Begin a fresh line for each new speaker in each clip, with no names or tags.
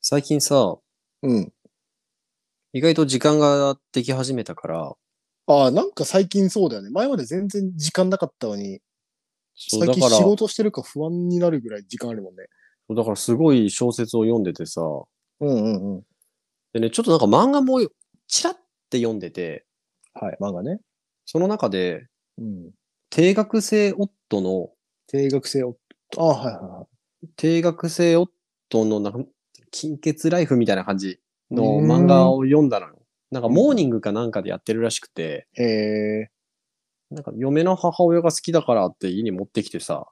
最近さ、
うん。
意外と時間ができ始めたから、
ああ、なんか最近そうだよね。前まで全然時間なかったのに、
そう
最
だ
近
から
仕、事してるか不安になるぐらい時間あるもんね。
そうだからすごい小説を読んでてさ、
うんうんうん。
でね、ちょっとなんか漫画もチラって読んでて、
はい、漫画ね。
その中で、
うん。
定額制夫の、
定額制を。ああ、はいはいはい。
定額制夫のなんか、金欠ライフみたいな感じの
うーん
漫画を読んだのよ。なんかモーニングかなんかでやってるらしくて、
へえ。
なんか嫁の母親が好きだからって家に持ってきてさ、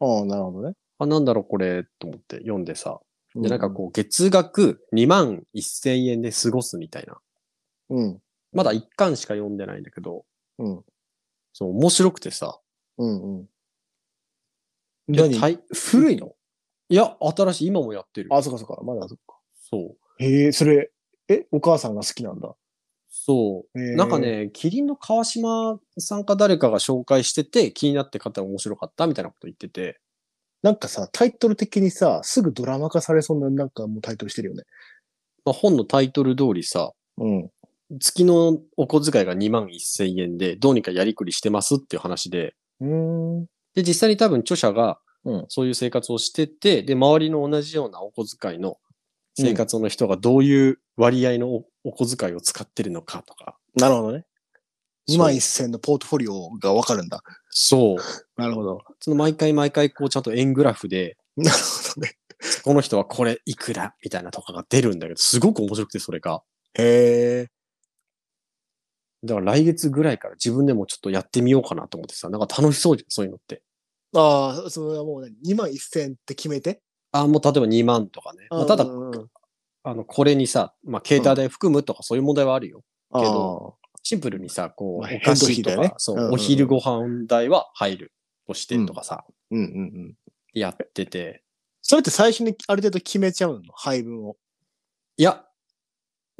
ああ、なるほどね。
あ、なんだろうこれと思って読んでさ、
う
で、なんかこう、月額2万1000円で過ごすみたいな。
う。うん。
まだ1巻しか読んでないんだけど、
うん。
そう、面白くてさ。
うんうん。
いや
何
大古いのいや、新しい、今もやってる。
あ、そっかそっか。まだそっか。
そう。
へえ、それ、え、お母さんが好きなんだ。
そ
へ
う。
え
なんか。ね、キリンの川島さんか誰かが紹介してて、気になって方が面白かったみたいなこと言ってて。
なんかさ、タイトル的にさ、すぐドラマ化されそうな、なんかもうタイトルしてるよね。
まあ、本のタイトル通りさ、
うん。
月のお小遣いが2万1000円で、どうにかやりくりしてますっていう話で、
うーん。
で、実際に多分著者が
うん、
そういう生活をしてて、で、周りの同じようなお小遣いの生活の人がどういう割合のおお小遣いを使ってるのかとか。
なるほどね。2万
そう
1000のポートフォリオがわかるんだ。
そう。
なるほど。
その毎回毎回、こう、ちゃんと円グラフで、
なるほどね。
この人はこれいくらみたいなとかが出るんだけど、すごく面白くて、それが。
へえ。
だから来月ぐらいから自分でもちょっとやってみようかなと思ってさ、なんか楽しそうじゃん、そういうのって。
ああ、それはもう何 ?2 万1000って決めて
あもう例えば2万とかね。まあ、ただ、
うんうん
あの、これにさ、まあ、携帯代含むとかそういう問題はあるよ。
あ
どシンプルにさ、こ
ま
う、お
あ変
菓
動
子
費
と
だ
か、
よね
そう
うんうんうん
お昼ご飯代は入るとしてとかさ、
ーうんうんうん。
やってて、
それって最初にある程度決めちゃうの配分を。
いや、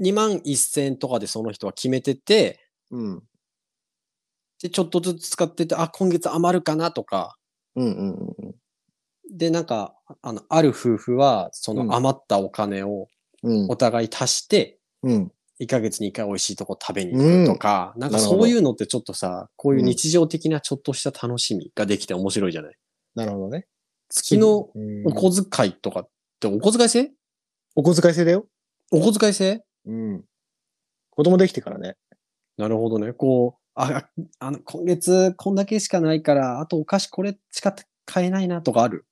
2万1000円とかでその人は決めてて、
うん。
で、ちょっとずつ使ってて、あ、今月余るかなとか、
うんうんうん
で、なんか、あの、ある夫婦は、その余ったお金を
うん。
お互い足して、
うん。
1ヶ月に1回美味しいとこ食べに行くとか、なんかそういうのってちょっとさ、こういう日常的なちょっとした楽しみができて面白いじゃない
なるほどね。
月の
うん
お小遣いとかって、お小遣い制
お小遣い制だよ。
お小遣い制
うん。子供できてからね。
なるほどね。こう、あ、ああの、今月こんだけしかないから、あとお菓子これしか買えないなとかある、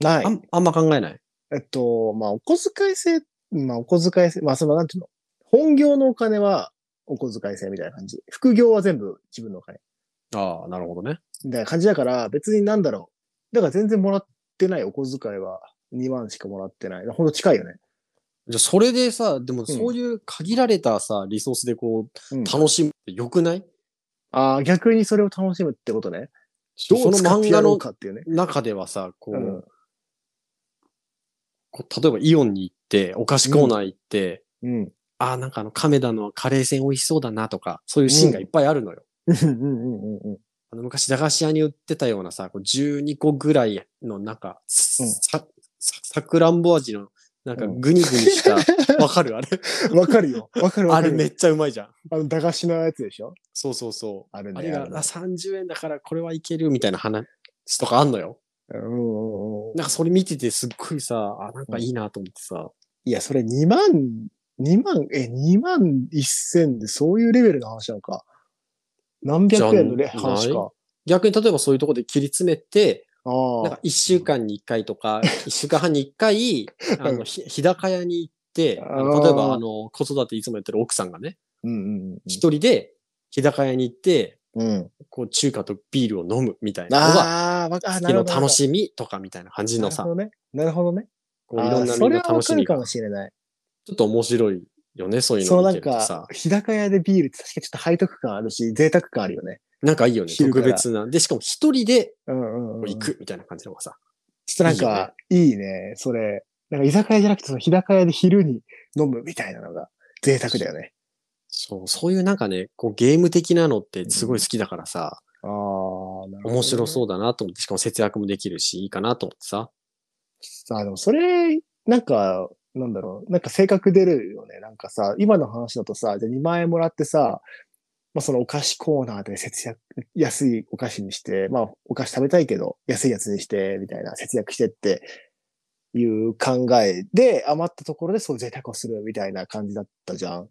な
あんあんま考えない。
えっと、まあ、お小遣い制、まあ、お小遣い制、まあ、その、なんていうの本業のお金はお小遣い制みたいな感じ。副業は全部自分のお金。
ああ、なるほどね。
みたいな感じだから、別になんだろう。だから全然もらってないお小遣いは2万しかもらってない。ほんと近いよね。
じゃあそれでさ、でもそういう限られたさ、リソースでこう、
うん
楽しむってよくない
ああ、逆にそれを楽しむってことね。ど
そうの
使っ
漫
てや
画
ろう
の
かっていうね。
中ではさ、こう、
うん
こう例えばイオンに行って、お菓子コーナー行って、
うん。
ああ、なんかあの、亀田のカレー戦美味しそうだなとか、そういうシーンがいっぱいあるのよ。
うんうんうんうん。
あの昔駄菓子屋に売ってたようなさ、こう12個ぐらいのなんか、さ
うん
さささくらんぼ味の、なんか
うん
グニグニ した、わ、かるあれ。
わかるよ。わかるわ
あ
か
れ
る。
めっちゃうまいじゃん。
あの、駄菓子のやつでしょ
そうそうそう。
あるね
あれが
あるね
あ30円だからこれはいけるみたいな話とかあんのよ。
うんうんうん。
なんかそれ見ててすっごいさ、あ、なんかいいなと思ってさ。
いや、それ2万、2万、え、2万1000でそういうレベルの話なのか。何百円のレ
じゃない
話か。
逆に例えばそういうとこで切り詰めて、
あ
なん
あ
か1週間に1回と か、1週間半に1回、あ
う
の、
ん
ひ日高屋に行って、あ
あ
の
ー
例えばあの、子育ていつもやってる奥さんがね、
うんうん
一人で日高屋に行って、
うん。うん。
こう中華とビールを飲むみたいなのが、
ああ、わかあ
月
なる
の
ほど。
楽しみとかみたいな感じの
なる
さ
ほ、どね。なるほどね。
こういろんな
あー
の
それ
の
はわ
楽し
かる
み
か
が、
もしれない。
ちょっと面白いよね、そういう
そ
の見
うな
て
ん
ると
か
さ、。
日高屋でビールって確かにちょっと背徳感あるし、贅沢感あるよね。
なんかいいよね、
昼か
特
ら
別な。で、しかも一人で
うんうん、
こ
うん。
う行。くみたいな感じのがさ、
ちょっとなんか、いいね。それ。なんか居酒屋じゃなくて、その日高屋で昼に飲むみたいなのが贅沢だよね。
そう、そういうなんかね、こうゲーム的なのってすごい好きだからさ、
ああ、なるほど、。
面白そううだなと思って、しかも節約もできるし、いいかなと思ってさ、
あ、でもそれ、なんか、なんだろう、なんか性格出るよね。なんかさ、今の話だとさ、じゃあ2万円もらってさ、まあそのお菓子コーナーで節約、安いお菓子にして、まあお菓子食べたいけど、安いやつにして、みたいな節約してっていう考えで、余ったところでそう贅沢をするみたいな感じだったじゃん。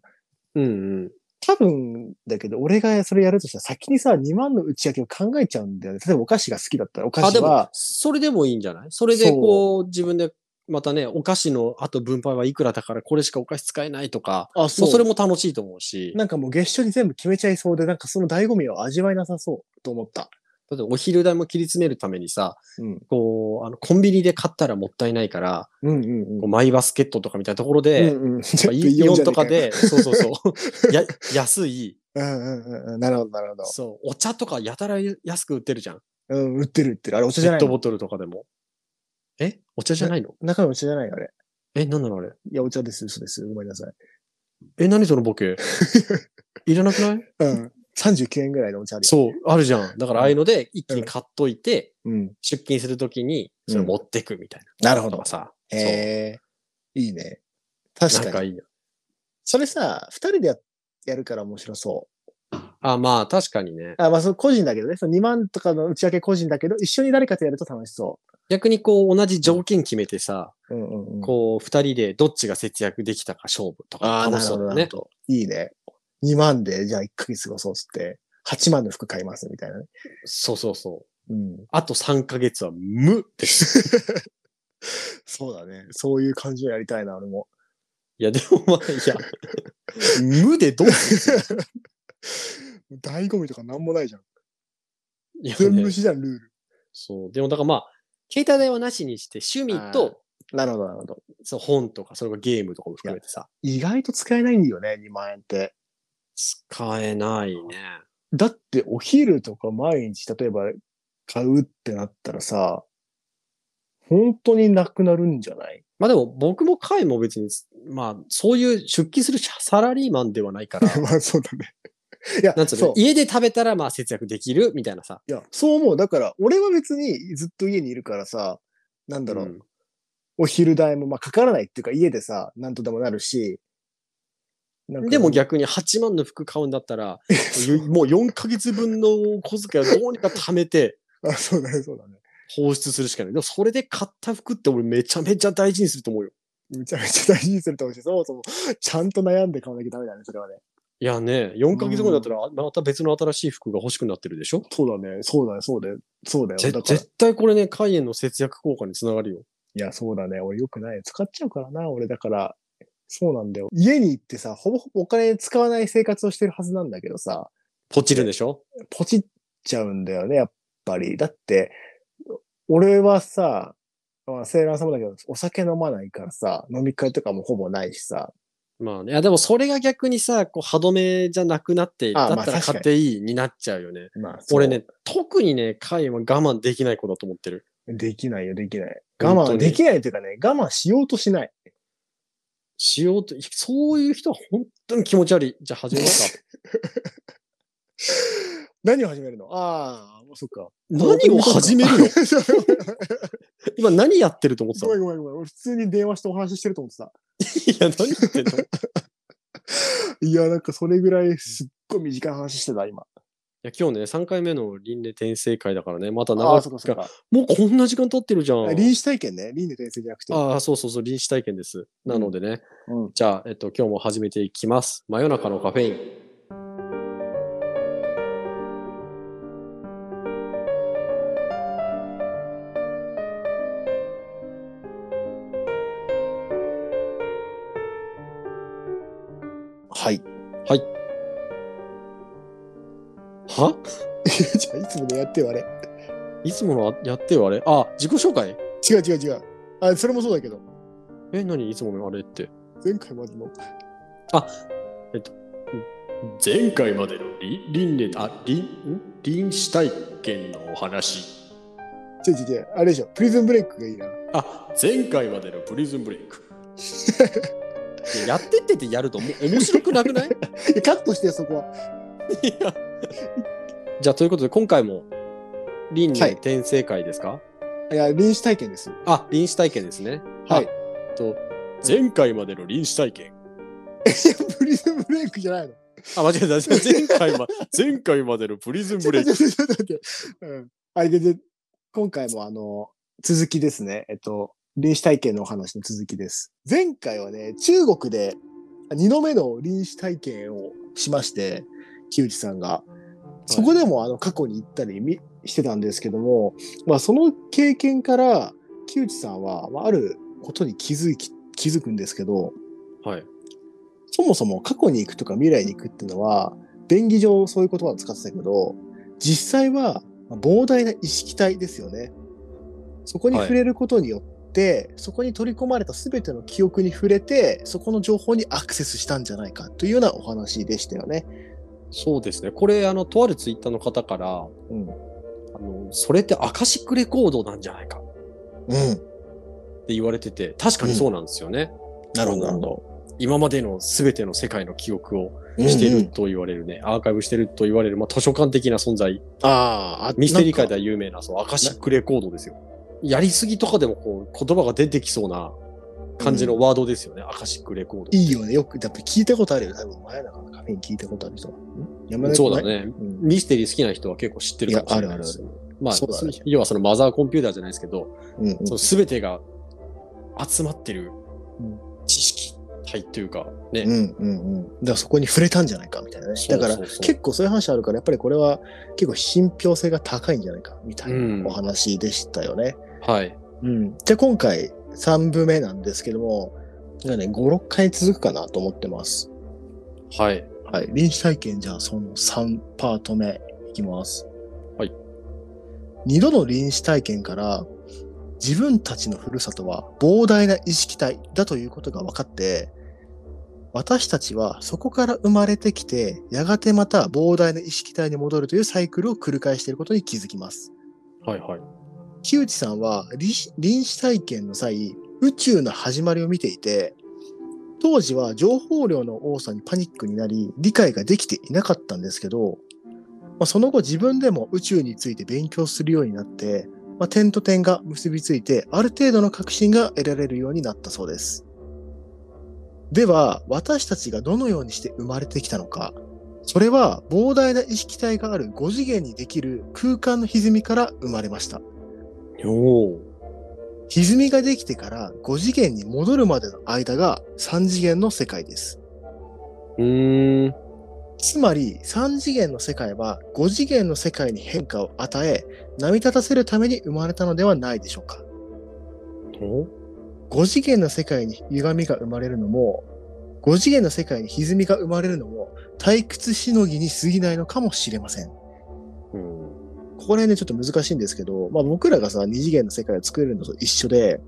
うんうん。
多分だけど、俺がそれやるとしたら先にさ、2万の内訳を考えちゃうんだよね。例えばお菓子が好きだったら、お菓
あ、で
子
も
は、、
それでもいいんじゃないそれでこう、自分で、またね、お菓子の、あと分配はいくらだから、これしかお菓子使えないとか、
あ、
もうそれも楽しいと思うし、だ
なんかもう月初に全部決めちゃいそうで、なんかその醍醐味を味わいなさそうと思った。
ってお昼代も切り詰めるためにさ、
うん。
こう、あの、コンビニで買ったらもったいないから、
うんうん
こうマイバスケットとかみたいなところで、
うん うん、
やっぱイイオンとかで、そうそう そう、や安い、
うんうんうんうん。なるほど、なるほど。
そう、お茶とかやたら安く売ってるじゃん。
うん、売ってる売ってる。あれお茶じ
ペッ
ゃない
ト
の
ボトルとかでも。えお茶じゃないの
中身お茶じゃないよあれ。
え、なんなのあれ
いや、お茶です、嘘です。ごめんなさい。
え、何そのボ ケいらなくない
うん。39円ぐらいのお茶あるよ。
そう、あるじゃん。だからああいうので、一気に買っといて、
うん。
出勤するときに、それ持ってくみたいな。
なるほど
とかさ。
へえいいね。確
そうなん
か
か
に。
いいよ。
それさ、二人でややるから面白そ
あ、まあ、確かにね。
う。あ、まあ、その個人だけどね。その2万とかの内訳個人だけど、一緒に誰かとやると楽しそ
逆にこう、同じ条件決めてさ、
う。うんうんうん。
こう、二人でどっちが節約できたか勝負と
あ
か
あ、
楽
な
しそ
るほ
う
ど、
だ
なる
ね。
ほど。いいね。2万で、じゃあ1ヶ月過ごそうっつって、8万の服買いますみたいなね。
そうそうそう。
うん。
あと3ヶ月は無です。
そうだね。そういう感じをやりたいな、俺も。
いや、でもまあ、いや、無でどうする
醍醐味とかなんも ないじゃん。
いやね
全部しじゃん、ルール。
そう。でも、だからまあ、携帯代はなしにして、趣味と、
なるほど、なるほど。
そう本とか、それからゲームとかも含めてさ、
意外と使えないんよね、2万円って。
使えないね。
だって、お昼とか毎日、例えば、買うってなったらさ、本当になくなるんじゃない
まあでも、僕も会も別に、まあ、そういう出勤するサラリーマンではない から、
まあ、そうだね。いや、
なんつう
そう
の家で食べたらまあ節約できるみたいなさ。
いや、そう思う。だから、俺は別にずっと家にいるからさ、なんだろう、
うん
お昼代もまあかからないっていうか、家でさ、なんとでもなるし、なんか
でも逆に8万の服買うんだった ら、もう4ヶ月分のお小遣いをどうにか貯めて
あ、そうだね、そうだね。
放出するしかない。でもそれで買った服って俺めちゃめちゃ大事にすると思うよ。
めちゃめちゃ大事にすると思うし、そもそも、ちゃんと悩んで買わなきゃダメだね、それはね。
いやね、4ヶ月後だったらまた別の新しい服が欲しくなってるでしょ
そうだね、そうだね、そうだよ。そうだよ。
ぜ
だから、い
絶対これね、海塩の節約効果につながるよ。
や、そうだね。俺よくない。使っちゃうからな、俺だから。そうなんだよ。家に行ってさ、ほぼほぼお金使わない生活をしてるはずなんだけどさ、
ポチるんでしょ
ポチっちゃうんだよね、やっぱり。だって、俺はさ、まあ、セーラーさんもだけど、お酒飲まないからさ、飲み会とかもほぼないしさ。
まあね、いやでもそれが逆にさ、こう歯止めじゃなくなって、
あ
だ
まあ
ったら買っていいになっちゃうよね。
まあ、そう
俺。ね、特にね、海は我慢できない子だと思ってる。
できないよ、できない。我
本当
慢、
に
できないというかね、我慢しようとしない。
しようと、そういう人は本当に気持ち悪い。じゃあ始めます か。
何を始めるのああ、もうそっか。
何を始めるの 今何やってると思ってた
ご
の
め
い
んごめんごめん。俺普通に電話してお話ししてると思ってた。
や、何言ってんの い
いや、なんかそれぐらいすっごい短い話してた、今。
や今日ね、3回目の輪廻転生会だからね、また
あ
長
あ、そっかそっ
く。
か。
もうこんな時間経ってるじゃん。
臨死体験ね。臨で転生じゃなくて。
ああ、そうそうそう、臨死体験です。なのでね、
うん
じゃあ、えっと、今日も始めていきます。真夜中のカフェイン。
はい。
はい
やいつものやってよ、あれ。
いつものあやってよ、あれ。あ、自己紹介
違う違う違う。あ、それもそうだけど、
え、何いつものあれって。
前回までの。
前回までのり輪廻、あ、りん臨死体験のお話。
違う違う違う。あれでしょ。プリズンブレイクがいいな。
あ、前回までのプリズンブレイク。 いややってってってやるとも面白くなくない
いやカットしてよ、そこは。
いやじゃあ、ということで、今回も輪廻転生会ですか、
いや、臨死体験です。
あ、臨死体験ですね。
はい
あえっと、前回までの臨死体験。
いや、 プリズムブレイクじゃないの。
あ、間違えた。前回ま、前回までのプリズムブレイ
ちょ
ク。
っとちょっと待って。うん。あれで、で今回もあの、続きですね。えっと、臨死体験のお話の続きです。前回はね、中国で2度目の臨死体験をしまして、木内さんが。そこでもあの過去に行ったりみしてたんですけども、まあその経験から、木内さんは、まあ、あることに気づき、気づくんですけど、
はい。
そもそも過去に行くとか未来に行くっていうのは、便宜上そういう言葉を使ってたけど、実際はまあ膨大な意識体ですよね。そこに触れることによって、そこに取り込まれた全ての記憶に触れて、そこの情報にアクセスしたんじゃないかというようなお話でしたよね。
そうですね。これ、あの、とあるツイッターの方から、あ
うん。
の、それってアカシックレコードなんじゃないかっ
うん。
て言われてて、確かにそうなんですよね。
な
ど。今までの全ての世界の記憶を
ど
してると言われるね、アーカイブしてると言われる、まあ、図書館的な存在、
あーあ、
ミステリー界で
なんか
は有名な、そう、アカシックレコードですよ。やりすぎとかでもこう、言葉が出てきそうな感じのワードですよね、アカシックレコード。
いいよね。よく、だって聞いたことあるよ。多分前だからカフェイン聞いたことある人は。ん山根君
そう
な
だ
い。
ね。
うん
ミステリー好きな人は結構知ってるかもしれないですよね。まあ、
そうだね
そ要はそのマザーコンピューターじゃないですけど、
うんうん
その全てが集まってる
うん
知識体というか、ね。
うんうんうん。だからそこに触れたんじゃないかみたいなね。
そうそ
だ
うそ
か
う
ら結構そういう話あるから、やっぱりこれは結構信憑性が高いんじゃないかみたい
うん
なお話でしたよね。
はい。
うん。じゃあ今回3部目なんですけども、じゃあね、5、6回続くかなと思ってます。
はい。
はい。臨死体験じゃあその3パート目いきます。
はい。
二度の臨死体験から、自分たちのふるさとは膨大な意識体だということが分かって、私たちはそこから生まれてきて、やがてまた膨大な意識体に戻るというサイクルを繰り返していることに気づきます。
はいはい。
木内さんは臨死臨死体験の際、宇宙の始まりを見ていて、当時は情報量の多さにパニックになり、理解ができていなかったんですけど、まあ、その後自分でも宇宙について勉強するようになって、まあ、点と点が結びついて、ある程度の確信が得られるようになったそうです。では、私たちがどのようにして生まれてきたのか、それは膨大な意識体がある5次元にできる空間の歪みから生まれました。
おー
歪みができてから5次元に戻るまでの間が3次元の世界です。
うーん。
つまり3次元の世界は5次元の世界に変化を与え、波立たせるために生まれたのではないでしょうか。
お
5次元の世界に歪みが生まれるのも、5次元の世界に歪みが生まれるのも、退屈しのぎに過ぎないのかもしれません。
うん。
ここら辺でちょっと難しいんですけど、まあ僕らがさ、二次元の世界を作れるのと一緒で、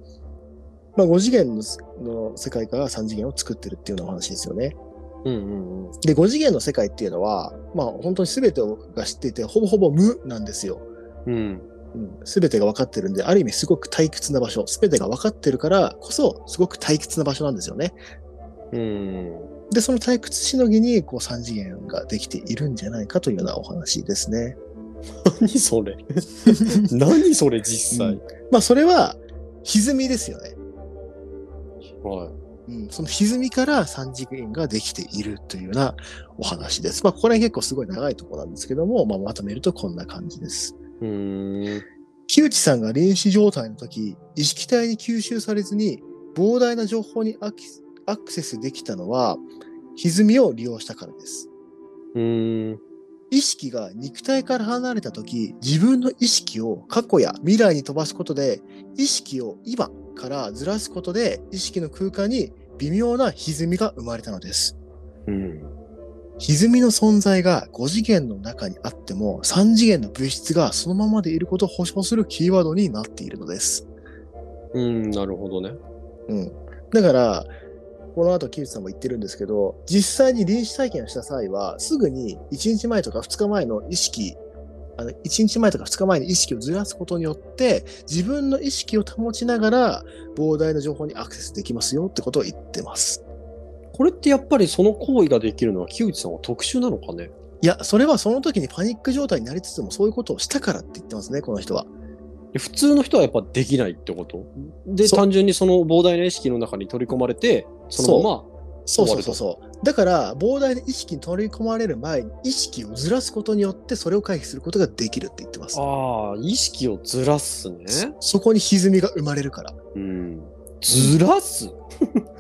まあ5次元のの世界から3次元を作ってるっていうようなお話ですよね。
うんうんうん。
で、5次元の世界っていうのは、まあ本当に全てが知っていて、ほぼほぼ無なんですよ。
うん。
うん、全てが分かってるんで、ある意味すごく退屈な場所、全てが分かってるからこそ、すごく退屈な場所なんですよね。
うん。
で、その退屈しのぎに、こう3次元ができているんじゃないかというようなお話ですね。
何そ れ何それ実際、
うんまあそれは、歪みですよね。
はい。
うん、その歪みから三次元ができているというようなお話です。まあ、ここら辺結構すごい長いところなんですけども、まあ、まとめるとこんな感じです。
うーん。
木内さんが臨死状態の時、意識体に吸収されずに膨大な情報にアキアクセスできたのは、歪みを利用したからです。
うーん。
意識が肉体から離れた時、自分の意識を過去や未来に飛ばすことで、意識を今からずらすことで、意識の空間に微妙な歪みが生まれたのです。
うん。
歪みの存在が5次元の中にあっても3次元の物質がそのままでいることを保証するキーワードになっているのです。
うん、なるほどね。
うん。だから、この後、木内さんも言ってるんですけど、実際に臨死体験をした際は、すぐに1日前とか2日前の意識、あの1日前とか2日前に意識をずらすことによって、自分の意識を保ちながら、膨大な情報にアクセスできますよってことを言ってます。
これってやっぱりその行為ができるのは木内さんは特殊なのかね
いや、それはその時にパニック状態になりつつも、そういうことをしたからって言ってますね、この人は。
で普通の人はやっぱできないってことで、
そう
単純にその膨大な意識の中に取り込まれて、そのまま、
そうそうそうそう。だから、膨大な意識に取り込まれる前に、意識をずらすことによって、それを回避することができるって言ってます。
ああ、意識をずらすね。
そそこに歪みが生まれるから。
うん。ずらす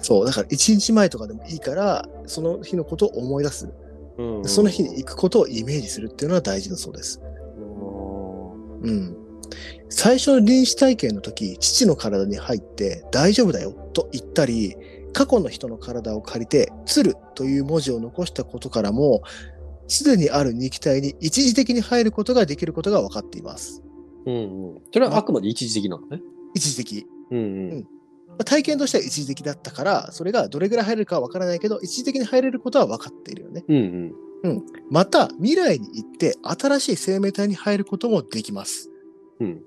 そう、だから1日前とかでもいいから、その日のことを思い出す。その日に行くことをイメージするっていうのは大事だそうです。
うん
うん。最初の臨死体験の時、父の体に入って大丈夫だよと言ったり、過去の人の体を借りて、鶴という文字を残したことからも、すでにある肉体に一時的に入ることができることが分かっています。
うんうん。それはあくまで一時的なのね。
一時的。
うんう
うんん。まあ体験としては一時的だったから、それがどれぐらい入れるかは分からないけど、一時的に入れることは分かっているよね。
うんうん。
また、未来に行って新しい生命体に入ることもできます。
うん。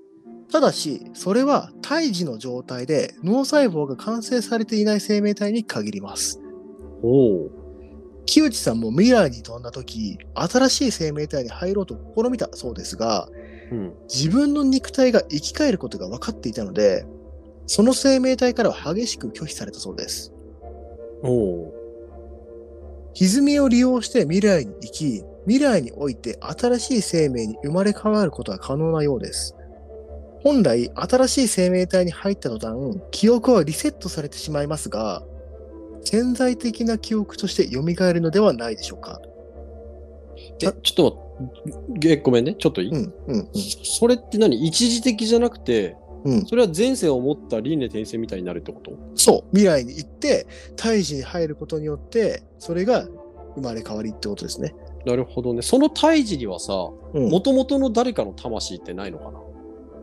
ただし、それは胎児の状態で脳細胞が完成されていない生命体に限ります。
おお。
木内さんも未来に飛んだ時、新しい生命体に入ろうと試みたそうですが、
うん。
自分の肉体が生き返ることが分かっていたので、その生命体からは激しく拒否されたそうです。
おお。
歪みを利用して未来に行き、未来において新しい生命に生まれ変わることは可能なようです。本来、新しい生命体に入った途端、記憶はリセットされてしまいますが、潜在的な記憶として蘇るのではないでしょうか。
え、ちょっと待って、えごめんね。ちょっといい、
うん、うん、
それって何一時的じゃなくて、
うん。うん、
それは前世を持った輪廻転生みたいになるってこと
そう、未来に行って、胎児に入ることによって、それが生まれ変わりってことですね。
なるほどね。その胎児にはさ、
うん、
もともとの誰かの魂ってないのかな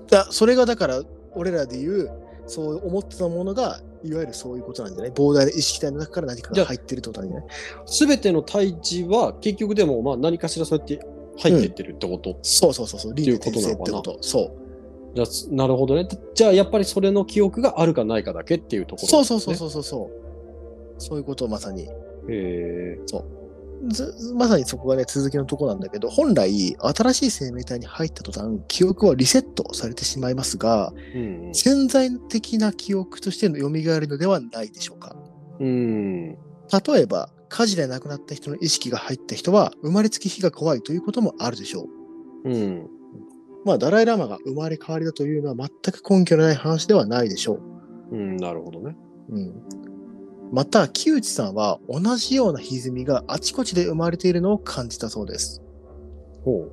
だそれがだから俺らで言うそう思ってたものがいわゆるそういうことなんじゃない膨大な意識体の中から何か
じゃ
が
あ
入ってるってことなんじゃない
全ての胎児は結局でもまあ何かしらそうやって入っていってるってこと、
そうそうそうそう
い
輪廻
うことな
転生
の
っ
かな
てことそう
じゃあすなるほどねじゃあやっぱりそれの記憶があるかないかだけっていうところ、
そうそうそう
う
そうそうそうそういうことをまさに
へえ
ずまさにそこがね続きのとこなんだけど本来新しい生命体に入った途端記憶はリセットされてしまいますが
うん
潜在的な記憶としての蘇るのではないでしょうか
うん
例えば火事で亡くなった人の意識が入った人は生まれつき火が怖いということもあるでしょう
うん
まあ、ダライ・ラマが生まれ変わりだというのは全く根拠のない話ではないでしょ
うんなるほどね
う。うん、また、木内さんは同じような歪みがあちこちで生まれているのを感じたそうです。
ほう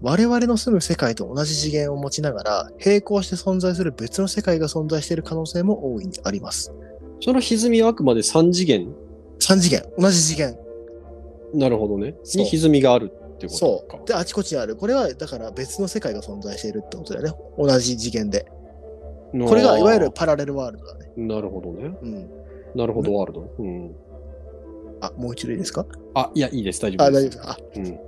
我々の住む世界と同じ次元を持ちながら、並行して存在する別の世界が存在している可能性も大いにあります。
その歪みはあくまで3次元
3次元、同じ次元。
なるほどね
そう
に歪みがあるってこと
そ
か
う。で、あちこちにある。これは、だから別の世界が存在しているってことだよね。同じ次元で。これが、いわゆるパラレルワールドだね。
なるほどね
うん。
なるほどワールド、うん、
あ、もう一度いいですか
あいやいいです大丈
あ、大
夫
丈
で
夫ですすか。あ、
うん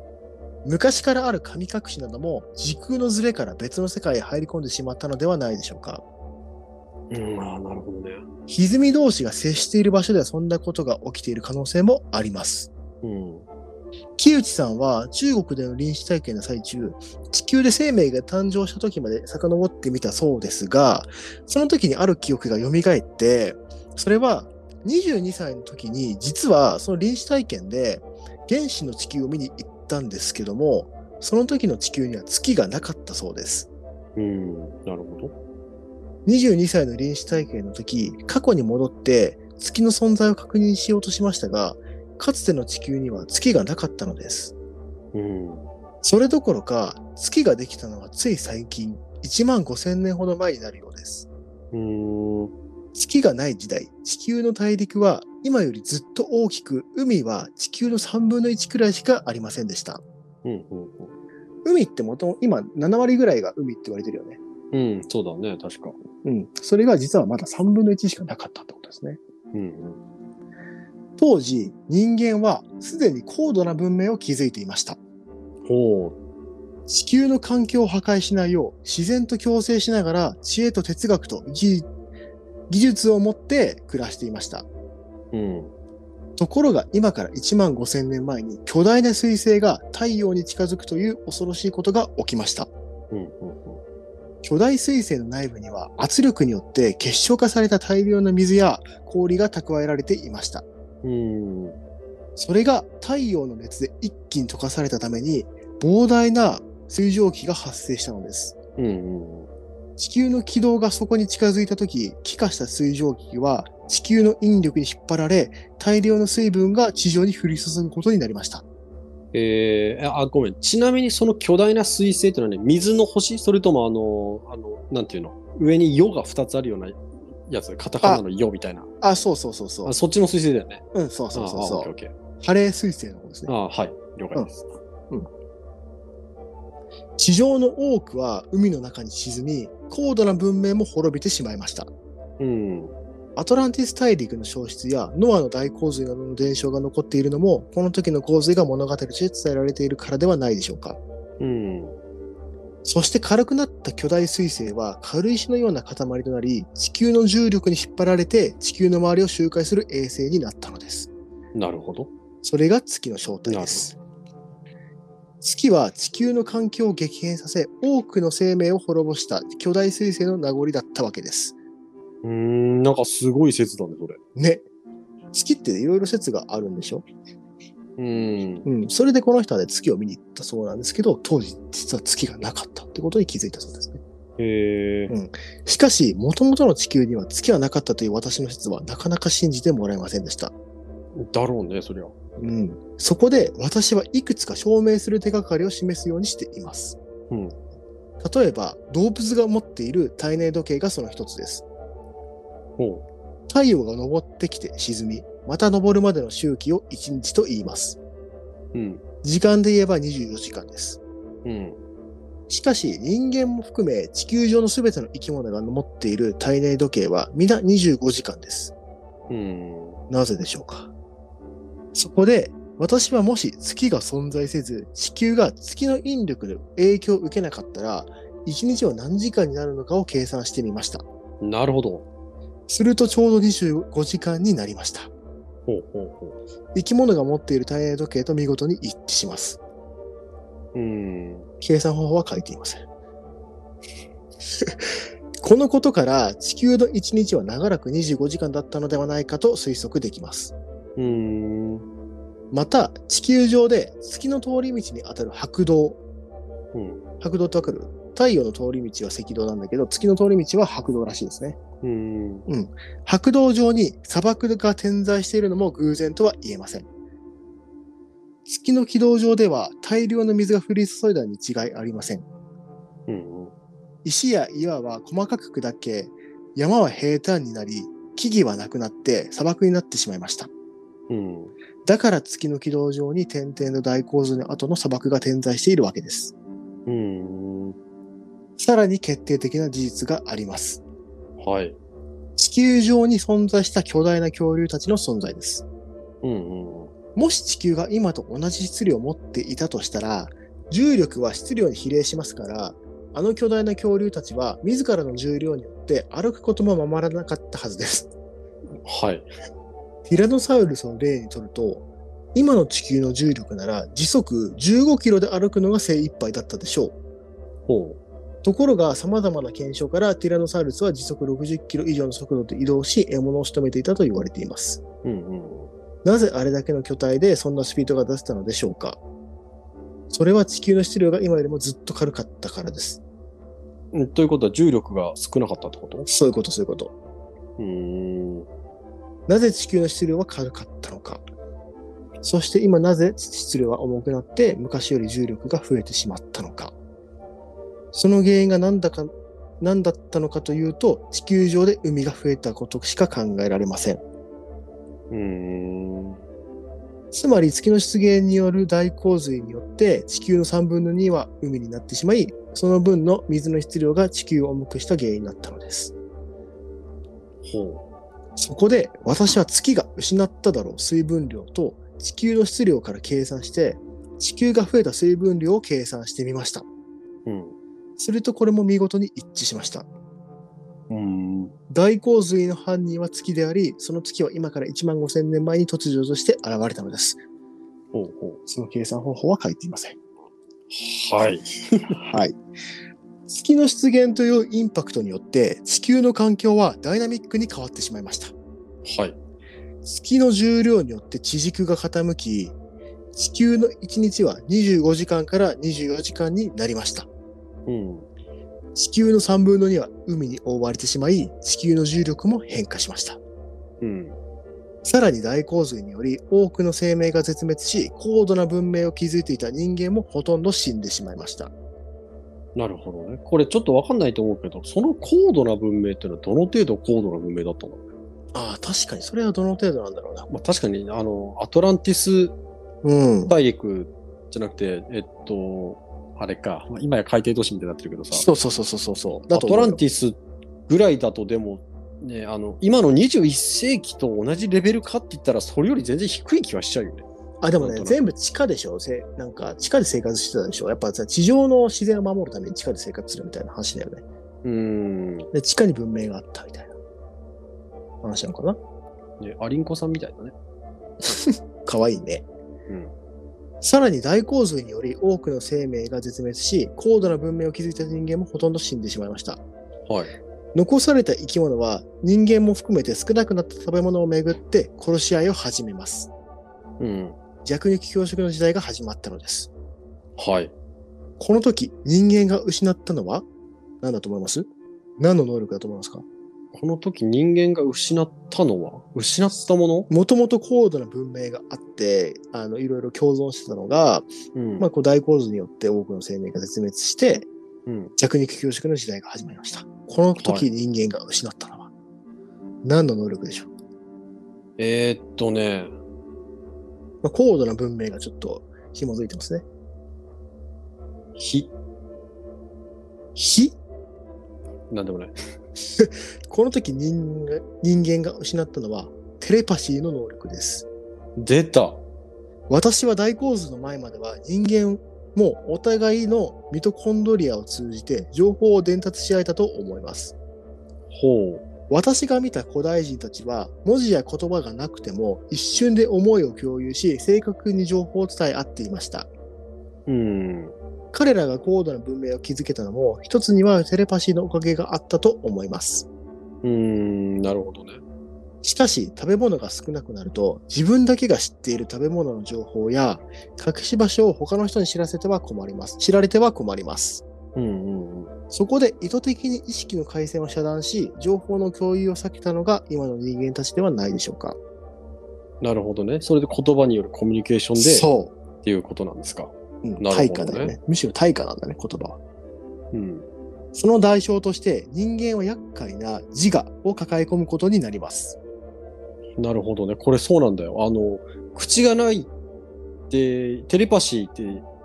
昔からある神隠しなども時空のずれから別の世界へ入り込んでしまったのではないでしょうか
うん、あーなるほどね
歪み同士が接している場所ではそんなことが起きている可能性もあります
うん
木内さんは中国での臨死体験の最中地球で生命が誕生した時まで遡ってみたそうですがその時にある記憶が蘇ってそれは22歳の時に実はその臨死体験で原始の地球を見に行ったんですけどもその時の地球には月がなかったそうです
うんなるほど
22歳の臨死体験の時、過去に戻って月の存在を確認しようとしましたが、かつての地球には月がなかったのです。
うん
それどころか、月ができたのはつい最近、1万5000年ほど前になるようです。
うーん
月がない時代、地球の大陸は今よりずっと大きく、海は地球の3分の1くらいしかありませんでした。
うんうんうん
海ってもとも今7割ぐらいが海って言われてるよね。
うん、そうだね、確か。
うん。それが実はまだ3分の1しかなかったってことですね。
うん、
当時人間はすでに高度な文明を築いていました
うん。ほう。
地球の環境を破壊しないよう自然と共生しながら知恵と哲学と技技術を持って暮らしていました
うん。
ところが今から1万5000年前に巨大な彗星が太陽に近づくという恐ろしいことが起きました
うん。うん。
巨大水星の内部には圧力によって結晶化された大量の水や氷が蓄えられていました。
うん。
それが太陽の熱で一気に溶かされたために膨大な水蒸気が発生したのです。
うん。
地球の軌道がそこに近づいた時、気化した水蒸気は地球の引力に引っ張られ、大量の水分が地上に降り注ぐことになりました。
えー、あ、ごめん。ちなみにその巨大な水星ってのはね、水の星それともあの、あの、なんていうの上に世が2つあるようなやつ、カタカナの世みたいな。
あ、そうそうそうそ
あそっちの水星だよね。
う。うん、そうそうそう
ああオ
そ
ッケーオッケ
う。ハレー彗星の方ですね
ー。。あはい。了解です。
地上の多くは海の中に沈み、高度な文明も滅びてしまいました。
うん。
アトランティス大陸の消失やノアの大洪水などの伝承が残っているのも、この時の洪水が物語として伝えられているからではないでしょうか。
うん。
そして軽くなった巨大彗星は軽石のような塊となり、地球の重力に引っ張られて地球の周りを周回する衛星になったのです。
なるほど。
それが月の正体です。月は地球の環境を激変させ、多くの生命を滅ぼした巨大彗星の名残だったわけです。
うーん、なんかすごい説だね、それ。
ね。月っていろいろ説があるんでしょ
うん。
うん。それでこの人はね、月を見に行ったそうなんですけど、当時実は月がなかったってことに気づいたそうですね。
へえ
うん。しかし、元々の地球には月はなかったという私の説はなかなか信じてもらえませんでした。
だろうね、そりゃ。
うん。そこで私はいくつか証明する手がかりを示すようにしています。
うん。
例えば、動物が持っている体内時計がその一つです。
ほ
太陽が昇ってきて沈み、また昇るまでの周期を1日と言います。
う。うん。
時間で言えば24時間です。
うん。
しかし、人間も含め地球上の全ての生き物が持っている体内時計は皆25時間です。
うん。
なぜでしょうかそこで、私はもし月が存在せず、地球が月の引力で影響を受けなかったら、1日は何時間になるのかを計算してみました。
なるほど。
するとちょうど25時間になりました。
ほうほうほ
生き物が持っている体内時計と見事に一致します。
う。うん。
計算方法は書いていません。 このことから地球の1日は長らく25時間だったのではないかと推測できます。
うん。
また、地球上で月の通り道に当たる白道。
うん。
白道ってわかる太陽の通り道は赤道なんだけど、月の通り道は白道らしいですね。
うん。
白道上に砂漠が点在しているのも偶然とは言えません。月の軌道上では大量の水が降り注いだに違いありません。
うん。
石や岩は細かく砕け、山は平坦になり、木々はなくなって砂漠になってしまいました。
うん。
だから月の軌道上に点々の大洪水の後の砂漠が点在しているわけです。
うん。
さらに決定的な事実があります。
はい。
地球上に存在した巨大な恐竜たちの存在です。
うん。うん。
もし地球が今と同じ質量を持っていたとしたら、重力は質量に比例しますから、あの巨大な恐竜たちは自らの重量によって歩くことも守らなかったはずです。
はい。
ティラノサウルスの例にとると、今の地球の重力なら時速15キロで歩くのが精一杯だったでしょう。
ほ
ところが様々な検証からティラノサウルスは時速60キロ以上の速度で移動し獲物を仕留めていたと言われています。
う。うん。うん。
なぜあれだけの巨体でそんなスピードが出せたのでしょうかそれは地球の質量が今よりもずっと軽かったからです。
うんということは重力が少なかったってこと
そういうことそういうこと。
うーん。
なぜ地球の質量は軽かったのかそして今なぜ質量は重くなって昔より重力が増えてしまったのかその原因が何だか、何だったのかというと、地球上で海が増えたことしか考えられません。
うーん。
つまり月の出現による大洪水によって地球の3分の2は海になってしまい、その分の水の質量が地球を重くした原因になったのです。
ほ
そこで私は月が失っただろう水分量と地球の質量から計算して、地球が増えた水分量を計算してみました。
う。うん。
するとこれも見事に一致しました。
うん。
大洪水の犯人は月であり、その月は今から1万5千年前に突如として現れたのです。
ほうほ
その計算方法は書いていません。
う。はい。
はい。月の出現というインパクトによって、地球の環境はダイナミックに変わってしまいました。
はい。
月の重量によって地軸が傾き、地球の1日は25時間から24時間になりました。
うん。
地球の3分の2は海に覆われてしまい、地球の重力も変化しました。
うん。
さらに大洪水により多くの生命が絶滅し、高度な文明を築いていた人間もほとんど死んでしまいました。
なるほどね。これちょっとわかんないと思うけど、その高度な文明っていうのはどの程度高度な文明だったの
ああ、確かにそれはどの程度なんだろうな。
まあ確かに、あの、アトランティス
うん。
大陸じゃなくて、えっと、あれか、まあ今や海底都市みたいになってるけどさ、
そうそうそうそうそうそう。
アトラン
ィ
ティスぐらいだとでも、ね、あの今の21世紀と同じレベルかって言ったら、それより全然低い気はしちゃうよね。
あ、でも
本当
ね、
だ
全部地下でしょせなんか、地下で生活してたでしょやっぱさ、地上の自然を守るために地下で生活するみたいな話だよね。
うーん、ね、
で、地下に文明があったみたいな話なのかな
アリンコさんみたいだね。
かわいいね。
うん。
さらに大洪水により多くの生命が絶滅し、高度な文明を築いた人間もほとんど死んでしまいました。
はい。
残された生き物は人間も含めて少なくなった食べ物をめぐって殺し合いを始めます。
うん。
弱肉強食の時代が始まったのです。
はい。
この時、人間が失ったのは何だと思います何の能力だと思いますか
この時人間が失ったのは、失ったも
もともと高度な文明があって、あの、いろいろ共存してたのが、
の、うん
まあ、こう大洪水によって多くの生命が絶滅して、
うん、
弱肉強食の時代が始まりました。この
は
時、
い
人間が失ったのは何の能力でしょう、
えーっとね、
まあ、高度な文明がちょっと紐づいてますね。
火、
火
なんでもない。
この時人間、人間が失ったのはテレパシーの能力です。
出た
私は大洪水の前までは人間もお互いのミトコンドリアを通じて情報を伝達し合えたと思います。
ほう。
私が見た古代人たちは文字や言葉がなくても一瞬で思いを共有し正確に情報を伝え合っていました。
うん。
彼らが高度な文明を築けたのも一つにはテレパシーのおかげがあったと思います。
うん、なるほどね。
しかし、食べ物が少なくなると、自分だけが知っている食べ物の情報や、隠し場所を他の人に知らせては困ります。知られては困ります。
うんうんうん。
そこで意図的に意識の回線を遮断し、情報の共有を避けたのが今の人間たちではないでしょうか。
なるほどね。それで言葉によるコミュニケーションで
そ
っていうことなんですか。
う。うん、
なる
対
ほ
価
どね
だよね。むしろ対価なんだね、言葉は。
うん。
その代償として、人間は厄介な自我を抱え込むことになります。
なるほどね。これそうなんだよ。あの、口がないって、テレパシーって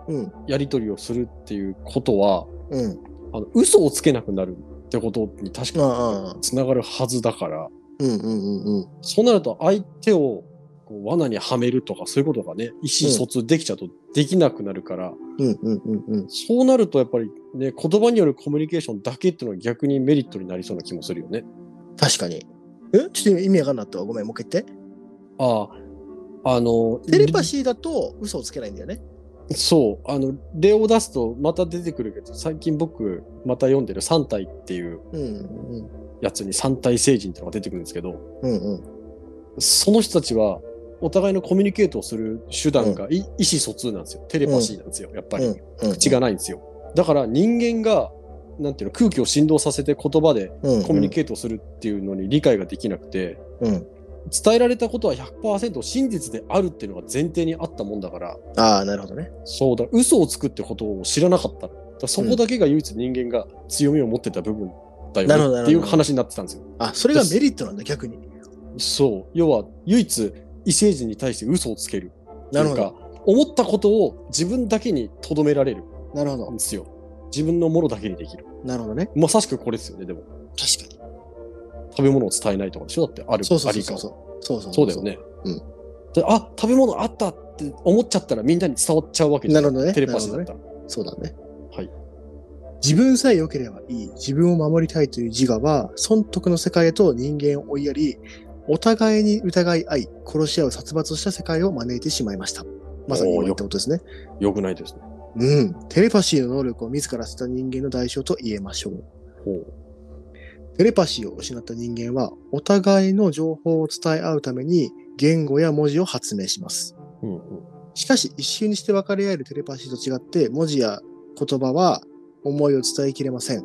うん、
やり取りをするっていうことは、
うん、
あの嘘をつけなくなるってことに確
あああ
か
あ
につながるはずだから、
うん、うん、うん、うん。
そうなると相手をこう罠にはめるとかそういうことがね、意思疎通できちゃうとできなくなるから、
うん、うん、うん、うん。
そうなるとやっぱりね、言葉によるコミュニケーションだけっていうのは逆にメリットになりそうな気もするよね。
確かに。えちょっと意味わかんなかったわ。ごめん、もう一回言って。
ああ、あの、
テレパシーだと嘘をつけないんだよね。
そう、あの、例を出すとまた出てくるけど、最近僕また読んでる三体っていう
うんうん
やつに三体星人っていうのが出てくるんですけど、
うんうん。
その人たちはお互いのコミュニケートをする手段がい、意思疎通なんですよ。テレパシーなんですよ。やっぱり、
うん。
口がないんですよ。だから人間が、なんていうの、空気を振動させて言葉で
うんうん
コミュニケートをするっていうのに理解ができなくて、
うん。
伝えられたことは100%真実であるっていうのが前提にあったもんだから、
ああ、なるほどね。
そうだ、嘘をつくってことを知らなかった。だからそこだけが唯一人間が強みを持ってた部分だ
なるほ
よ
どな
ね
る
っていう
ほど
話になってたんですよ。
あ、それがメリットなんだ、逆に。
そう。要は、唯一異星人に対して嘘をつける。
なるほ
なん
ど。
か思ったことを自分だけに留められる
なるほ
ん
ど。
ですよ。自分のものだけにできる。
なるほどね。
まさしくこれですよね、でも。
確か
食べ物を伝えないとかでしょだってある、
に。そうそ
あ
う
り
そうそ
か
う。
を。
そうそう。
そうだよ。ね。
うん
であ、食べ物あったって思っちゃったらみんなに伝わっちゃうわけじゃ
なんるほどね。
テレパシーだっ
なる
たら。
ほどね。そうだね。
はい。
自分さえ良ければいい、自分を守りたいという自我は、損得の世界へと人間を追いやり、お互いに疑い合い、殺し合う殺伐とした世界を招いてしまいました。まさに今言ったことですね。
よくないですね。
うん。テレパシーの能力を自ら捨てた人間の代償と言えましょう。
ほう。
テレパシーを失った人間は、お互いの情報を伝え合うために言語や文字を発明します。
うんうん。
しかし、一瞬にして分かり合えるテレパシーと違って、文字や言葉は思いを伝えきれません。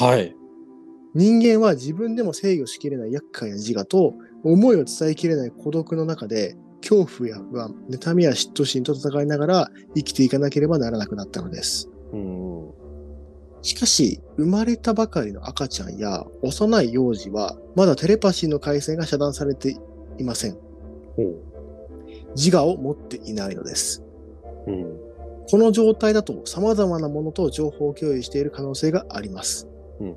はい。
人間は自分でも制御しきれない厄介な自我と、思いを伝えきれない孤独の中で、恐怖や不安、妬みや嫉妬心と戦いながら生きていかなければならなくなったのです。
うんうん。
しかし、生まれたばかりの赤ちゃんや幼い幼児は、まだテレパシーの回線が遮断されていません。
ほう。
自我を持っていないのです。
うん。
この状態だと様々なものと情報を共有している可能性があります。
うん。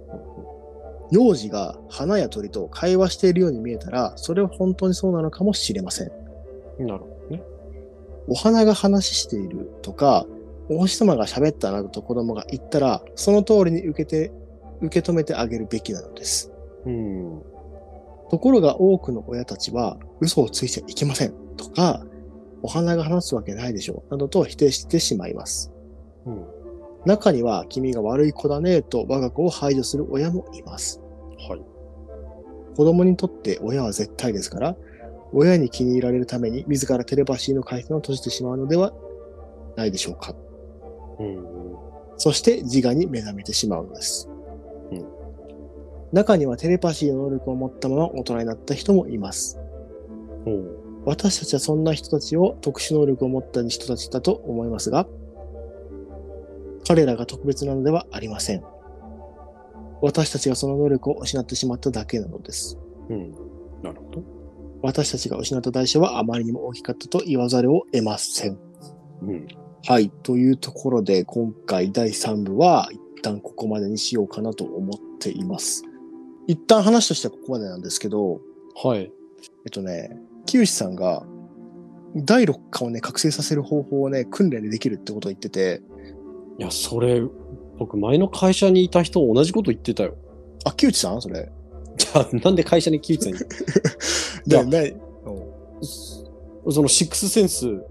幼児が花や鳥と会話しているように見えたら、それは本当にそうなのかもしれません。
なるほどね。
お花が話しているとか、お星様が喋ったなどと子供が言ったら、その通りに受けて、受け止めてあげるべきなのです。
うん。
ところが多くの親たちは嘘をついちゃいけませんとか、お花が話すわけないでしょうなどと否定してしまいます。
うん。
中には君が悪い子だねと我が子を排除する親もいます。
はい。
子供にとって親は絶対ですから、親に気に入られるために自らテレパシーの回線を閉じてしまうのではないでしょうか。
うん。
そして自我に目覚めてしまうのです。
うん
中にはテレパシーの能力を持ったまま大人になった人もいます。
ほう。
私たちはそんな人たちを特殊能力を持った人たちだと思いますが、彼らが特別なのではありません。私たちがその能力を失ってしまっただけなのです。
うん。なるほど。
私たちが失った代償はあまりにも大きかったと言わざるを得ません。
うん。
はい。というところで、今回第3部は一旦ここまでにしようかなと思っています。一旦話としてはここまでなんですけど、
はい。
えっとね、清さんが、第六感をね、覚醒させる方法をね、訓練でできるってことを言ってて、
いや、それ、僕、前の会社にいた人、同じこと言ってたよ。
あ、木内さんそれ。
じゃあ、なんで会社に聞いてたい
で、
や
ね、
の その、シックスセンス
う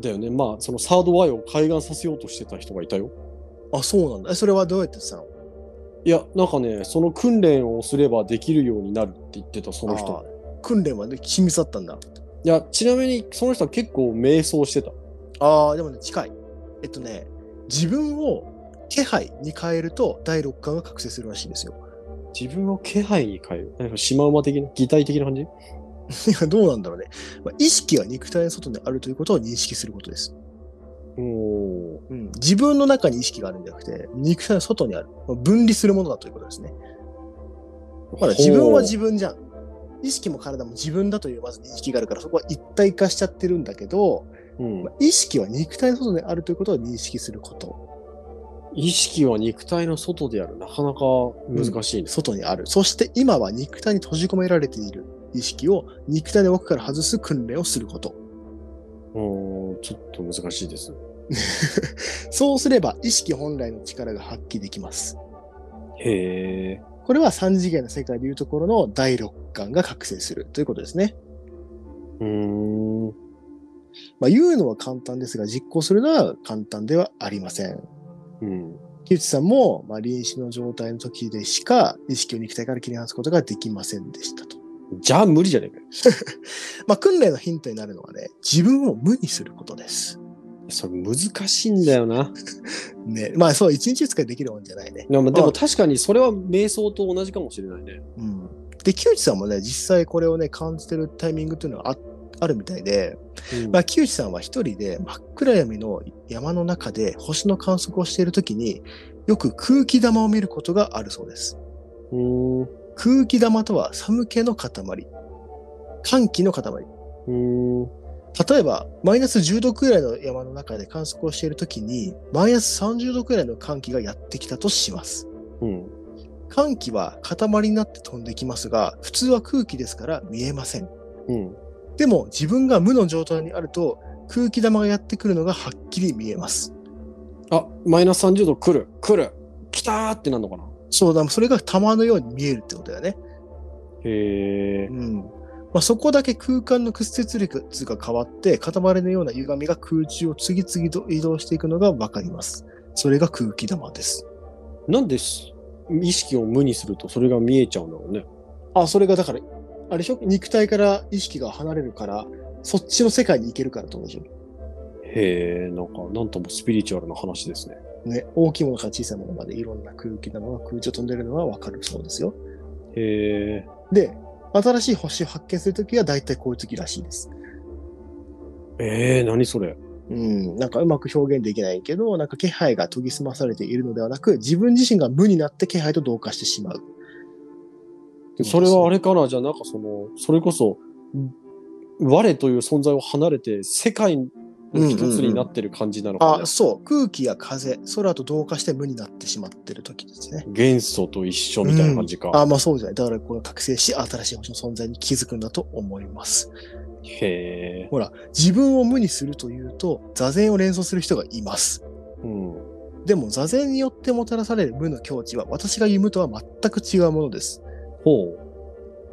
だよね。まあ、その、サードワイを開眼させようとしてた人がいたよ。
ん。あ、そうなんだ。え、それはどうやってやってたの
いや、なんかね、その訓練をすればできるようになるって言ってた、その
あ
人。
ー訓練はね、秘密だったんだ。
いや、ちなみに、その人は結構迷走してた。
ああ、でもね、近い。えっとね、自分を気配に変えると、第六感が覚醒するらしいんですよ。
自分を気配に変える。なんかシマウマ的な、擬態的な感じ
いや、どうなんだろうね。まあ、意識は肉体の外にあるということを認識することです。
おー。
うん、自分の中に意識があるんじゃなくて、肉体の外にある。まあ分離するものだということですね。ほら、自分は自分じゃん。意識も体も自分だというまず認識があるから、そこは一体化しちゃってるんだけど、
分
まあ意識は肉体の外にあるということを認識すること。
意識は肉体の外である。なかなか難しいね。
外にある。そして今は肉体に閉じ込められている意識を肉体の枠から外す訓練をすること。
うーん、ちょっと難しいです。
そうすれば意識本来の力が発揮できます。
へえ。
これは三次元の世界でいうところの第六感が覚醒するということですね。
うーん。
まあ、言うのは簡単ですが、実行するのは簡単ではありません。
うん。
木内さんも、まあ、臨死の状態の時でしか意識を肉体から切り離すことができませんでしたと。
じゃあ無理じゃねえかよ。
まあ、訓練のヒントになるのはね、自分を無にすることです。
それ難しいんだよな。
ね。まあそう、一日二日でできるもんじゃないね。
でも
まあ
確かにそれは瞑想と同じかもしれないね。
うん。で、木内さんもね、実際これをね、感じてるタイミングというのはああるみたいで、
うん
まあ、木内さんは一人で真っ暗闇の山の中で星の観測をしている時に、よく空気玉を見ることがあるそうです。
うーん。う
空気玉とは寒気の塊、寒気の塊。
ーん。
例えば、マイナス10度くらいの山の中で観測をしているときに、マイナス30度くらいの寒気がやってきたとします。
うん。
寒気は塊になって飛んできますが、普通は空気ですから見えません。
うん。
でも、自分が無の状態にあると、空気玉がやってくるのがはっきり見えます。
あ、マイナス30度来る。来る。来たーってなるのかな
そうだ、それが玉のように見えるってことだよね。
へえ
う。ん。まあ、そこだけ空間の屈折率が変わって、塊のような歪みが空中を次々と移動していくのがわかります。それが空気玉です。
なんでし意識を無にするとそれが見えちゃうんだろうね。
あ、それがだから、あれでしょ肉体から意識が離れるから、そっちの世界に行けるからってことでしょ
へえ、なんか、なんともスピリチュアルな話ですね。
ね、大きいものから小さいものまでいろんな空気玉が空中を飛んでるのがわかるそうですよ。
へえ。
で、新しい星を発見するときは大体こういうときらしいです。
えー、何それ。
うん、なんかうまく表現できないけど、なんか気配が研ぎ澄まされているのではなく、自分自身が無になって気配と同化してしまう。
それはあ
れ
れかなじゃあなんかその、それこそ、我という存在を離れて世界の一つになってる感じなのかな、
あ、そう。空気や風、空と同化して無になってしまっているときですね。
元素と一緒みたいな感じか。
あ、まあそうじゃない。だからこれを覚醒し、新しい星の存在に気づくんだと思います。
へえ。
自分を無にするというと、座禅を連想する人がいます。
うん。
でも座禅によってもたらされる無の境地は私が言う無とは全く違うものです。
ほう。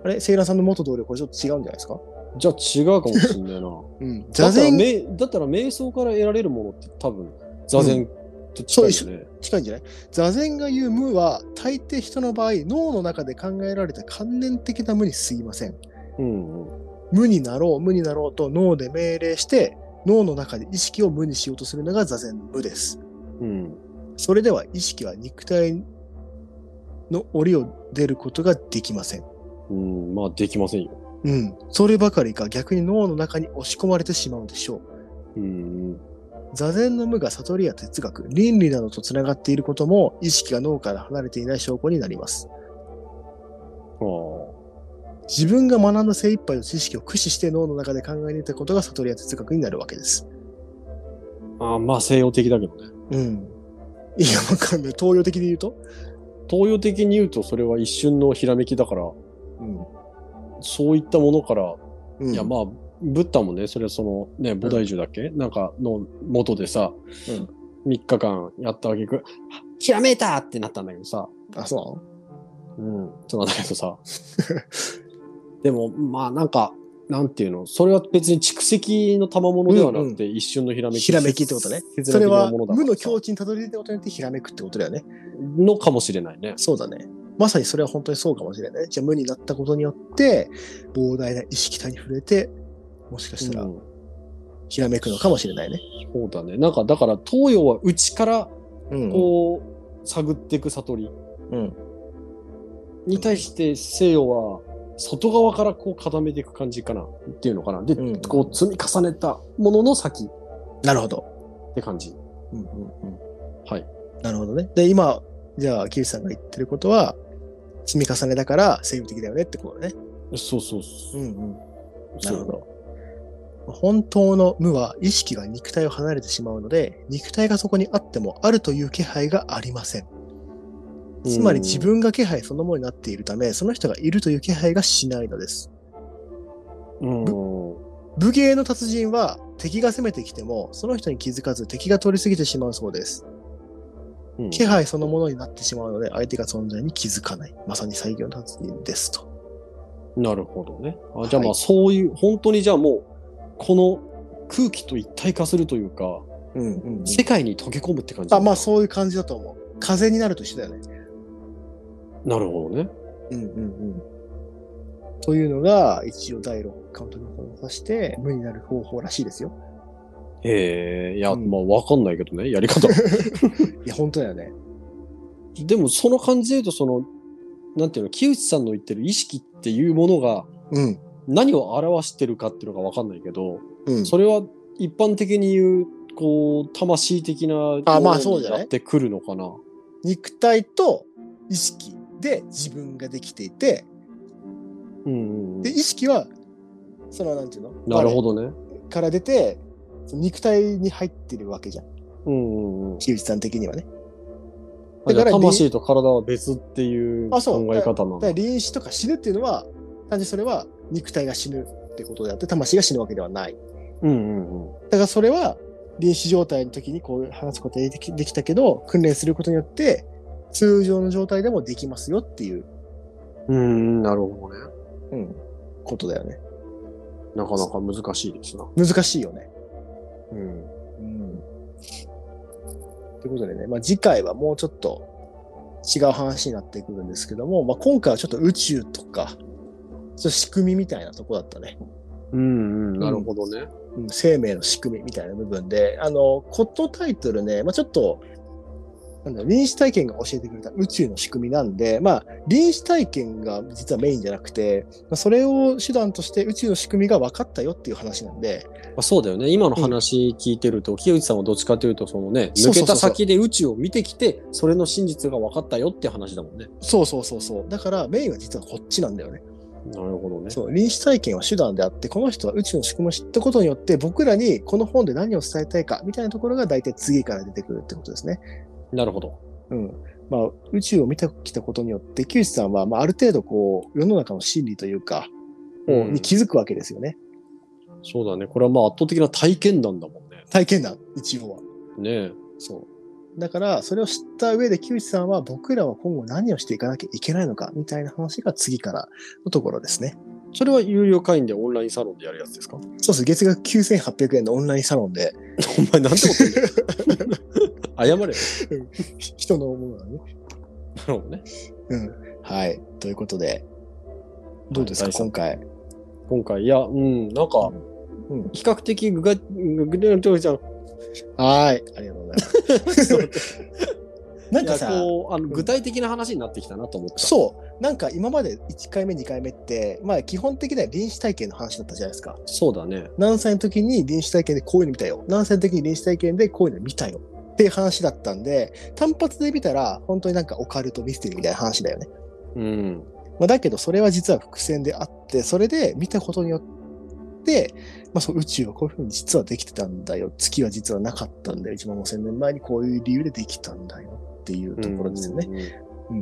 あれセイラさんの元同僚これちょっと違うんじゃないですか
じゃあ違うかもしんないな。
うん。
だ
座
ったら
禅
めだったら瞑想から得られるものって多分座禅と近いよね。
近いんじゃない座禅が言う無は大抵人の場合脳の中で考えられた観念的な無にすぎません。
うんうん。
無になろう、無になろうと脳で命令して脳の中で意識を無にしようとするのが座禅の無です。
うん。
それでは意識は肉体の檻を出ることができません。
うん、まあできませんよ。
うん。そればかりか逆に脳の中に押し込まれてしまうでしょう。
うん。
座禅の無が悟りや哲学、倫理などとつながっていることも意識が脳から離れていない証拠になります。
ああ。
自分が学んだ精一杯の知識を駆使して脳の中で考え抜いたことが悟りや哲学になるわけです。
ああまあ西洋的だけどね。
うん。いや、わかんない。東洋的に言うと
東洋的に言うとそれは一瞬のひらめきだから、
うん。
そういったものから、
うん
いやまあ、ブッダもね、それはそのね、菩提樹だっけ、なんかの元でさ、
うん
3日間やったわけく、あひらめいたってなったんだけどさ、
あ、そ
うん、そうなんだけどさ。 でも、まあなんか、なんていうの、それは別に蓄積の賜物ではなくて、一瞬のひら
う
め
な
き。
のひらめきってことね。
切な
それ
的
は
なものだか
無
ら
の
さ
境地にたどり着いたことによってひらめくってことだよね。
のかもしれないね。
そうだね。まさにそれは本当にそうかもしれないね。じゃあ無になったことによって、膨大な意識体に触れて、もしかした
う
ら
ん
ひらめくのかもしれないね。
そうだね。なんか、だから、東洋は内から、
うん
こう、探っていく悟り
うん。
に対して、西洋は、外側からこう固めていく感じかなっていうのかな。で、
うん
こう積み重ねたものの先っ
なるほど。
て感じ。
うんうん
はい。
うん。なるほどね。で、今、じゃあ、キリさんが言ってることは、積み重ねだから西洋的だよねってことね。
そうそうそう。
んうん。な
そ
る
う
ほど。本当の無は意識が肉体を離れてしまうので、肉体がそこにあってもあるという気配がありません。つまり自分が気配そのものになっているため、その人がいるという気配がしないのです。
うん。
武芸の達人は敵が攻めてきても、その人に気づかず敵が通り過ぎてしまうそうです。
うん
気配そのものになってしまうので、相手が存在に気づかない。まさに最強の達人ですと。
なるほどね。あじゃあまあ
はい
そういう、本当にじゃあもうこの空気と一体化するというか、
うんうんうん
世界に溶け込むって感じ。
あまあそういう感じだと思う。風になると一緒だよね。
なるほどね。
うんうんうん。というのが、一応第6巻というのを指して、無になる方法らしいですよ。
へえ、いや、
うん
まあわかんないけどね、やり 方。
いや、本当だよね。
でもその感じで言うと、その、なんていうの、木内さんの言ってる意識っていうものが
うん。
何を表してるかっていうのがわかんないけど、
うん。
それは一般的に言う、こう、魂的なも
あまあそ
の
う
に
じゃない
なってくるのかな。
肉体と意識で自分ができていて、
うんうん
で、意識は、その、なんていうの
なるほ
ど。
どね。
我から出て、その肉体に入ってるわけじゃん。
うんうんうん。
木内さん的にはね。
だか
だからら
魂と体は別っていう考
あそう
え方なん
だか
だ。
ら臨死とか死ぬっていうのは、単純にそれは肉体が死ぬってことであって、魂が死ぬわけではない。
うんうんうん。
だからそれは、臨死状態の時にこう話すことができできたけど、訓練することによって、通常の状態でもできますよっていう、
うん、なるほどね。
うん、ことだよね。
なかなか難しいですな。
難しいよね。
うん。
うん。ということでね、まあ、次回はもうちょっと違う話になってくるんですけども、まあ、今回はちょっと宇宙とか、ちょっと仕組みみたいなとこだったね。
うんうん、なるほどね。
うん生命の仕組みみたいな部分で、あの、このタイトルね、まあ、ちょっと、なんだろう臨死体験が教えてくれた宇宙の仕組みなんで、まあ、臨死体験が実はメインじゃなくて、まあ、それを手段として宇宙の仕組みが分かったよっていう話なんで、
まあ、そうだよね。今の話聞いてると、木内さんはどっちかというと、そのね、
そ
抜
うそ
け
うそうそ
た
う
先で宇宙を見てきて、それの真実が分かったよって話だもんね。
そうそうそうそう。だからメインは実はこっちなんだよね。
なるほどね。
そう、臨死体験は手段であって、この人は宇宙の仕組みを知ったことによって、僕らにこの本で何を伝えたいかみたいなところが大体次から出てくるってことですね。
なるほど。
うん。まあ、宇宙を見てきたことによって、木内さんは、まあ、ある程度こう、世の中の真理というか、
うん
に気づくわけですよね。
そうだね。これはまあ圧倒的な体験談だもんね。
体験談、一応は。
ねえ。
そう。だから、それを知った上で、木内さんは、僕らは今後何をしていかなきゃいけないのか、みたいな話が次からのところですね。
それは有料会員でオンラインサロンでやるやつです か
そうです。月額9800円のオンラインサロンで、
お前なんてこと言 うの謝れよ。
人のものなのね。
なるほどね。
うん。はい。ということで、どうですか、
はい
今回。
今回、いや、うん、なんか、
うん
比較的具が、具具体的じゃん。
はい。ありがとうございます
そう。
なんかさ
いや、こうあの具体的な話になってきたなと思った。
そう。なんか今まで1回目、2回目って、まあ基本的には臨死体験の話だったじゃないですか。
そうだね。
何歳の時に臨死体験でこういうの見たよ。何歳の時に臨死体験でこういうの見たよ。っていう話だったんで、単発で見たら本当になんかオカルトミステリーみたいな話だよね。
うん。
まあ、だけどそれは実は伏線であって、それで見たことによって、まあ、そう宇宙はこういうふうに実はできてたんだよ。月は実はなかったんだよ。1万5000年前にこういう理由でできたんだよっていうところですよね。
うんうん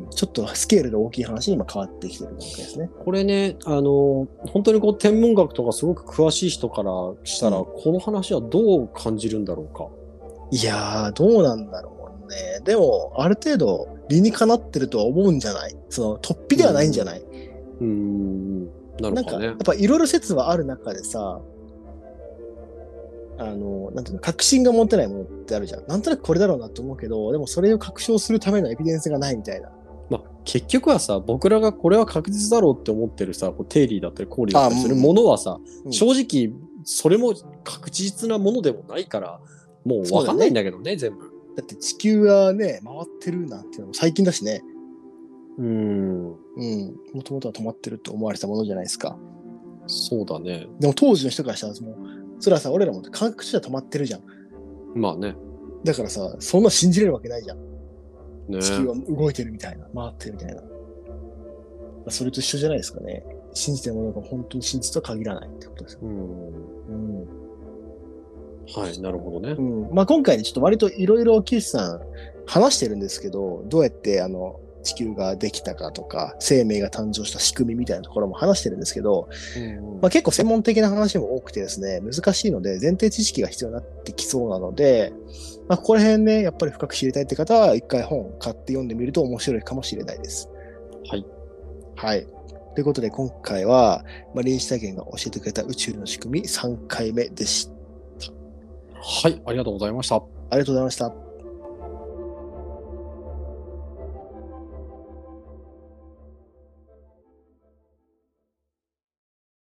うん
うん、ちょっとスケールの大きい話に今変わってきてるわけですね。
これね、あの、本当にこう、天文学とかすごく詳しい人からしたら、
うん
この話はどう感じるんだろうか。
いやー、どうなんだろうね。でも、ある程度、理にかなってるとは思うんじゃないその、突飛ではないんじゃない、
うん。な
な
る
ん
ほ
か、
ど
やっ
ね。
ぱいろいろ説はある中でさ、あの、なんていうの、確信が持てないものってあるじゃん。なんとなくこれだろうなと思うけど、でもそれを確証するためのエビデンスがないみたいな。
まあ、結局はさ、僕らがこれは確実だろうって思ってるさ、こう定理だったり、公理だったりする
あうん
ものはさ、
うん
正直、それも確実なものでもないから、もう分かんないんだけどね、全部。
だって地球がね、回ってるなんていうのも最近だしね。
うん。
うん。もともとは止まってると思われてたものじゃないですか。
そうだね。
でも当時の人からしたら、もう、それはさ、俺らも感覚としては止まってるじゃん。
まあね。
だからさ、そんな信じれるわけないじゃん。
ね
地球は動いてるみたいな、回ってるみたいな。まあそれと一緒じゃないですかね。信じてるものが本当に真実とは限らないってことですよ。
うん。
うん。
はい、なるほどね。
まあ今回ね、ちょっと割といろいろ岸さん話してるんですけど、どうやってあの、地球ができたかとか、生命が誕生した仕組みみたいなところも話してるんですけど、まあ、結構専門的な話も多くてですね、難しいので、前提知識が必要になってきそうなので、まあ、ここら辺ね、やっぱり深く知りたいって方は、一回本買って読んでみると面白いかもしれないです。
はい。
はい。ということで、今回は、まあ、臨死体験が教えてくれた宇宙の仕組み3回目でした。
はい、ありがとうございました。
ありがとうございました。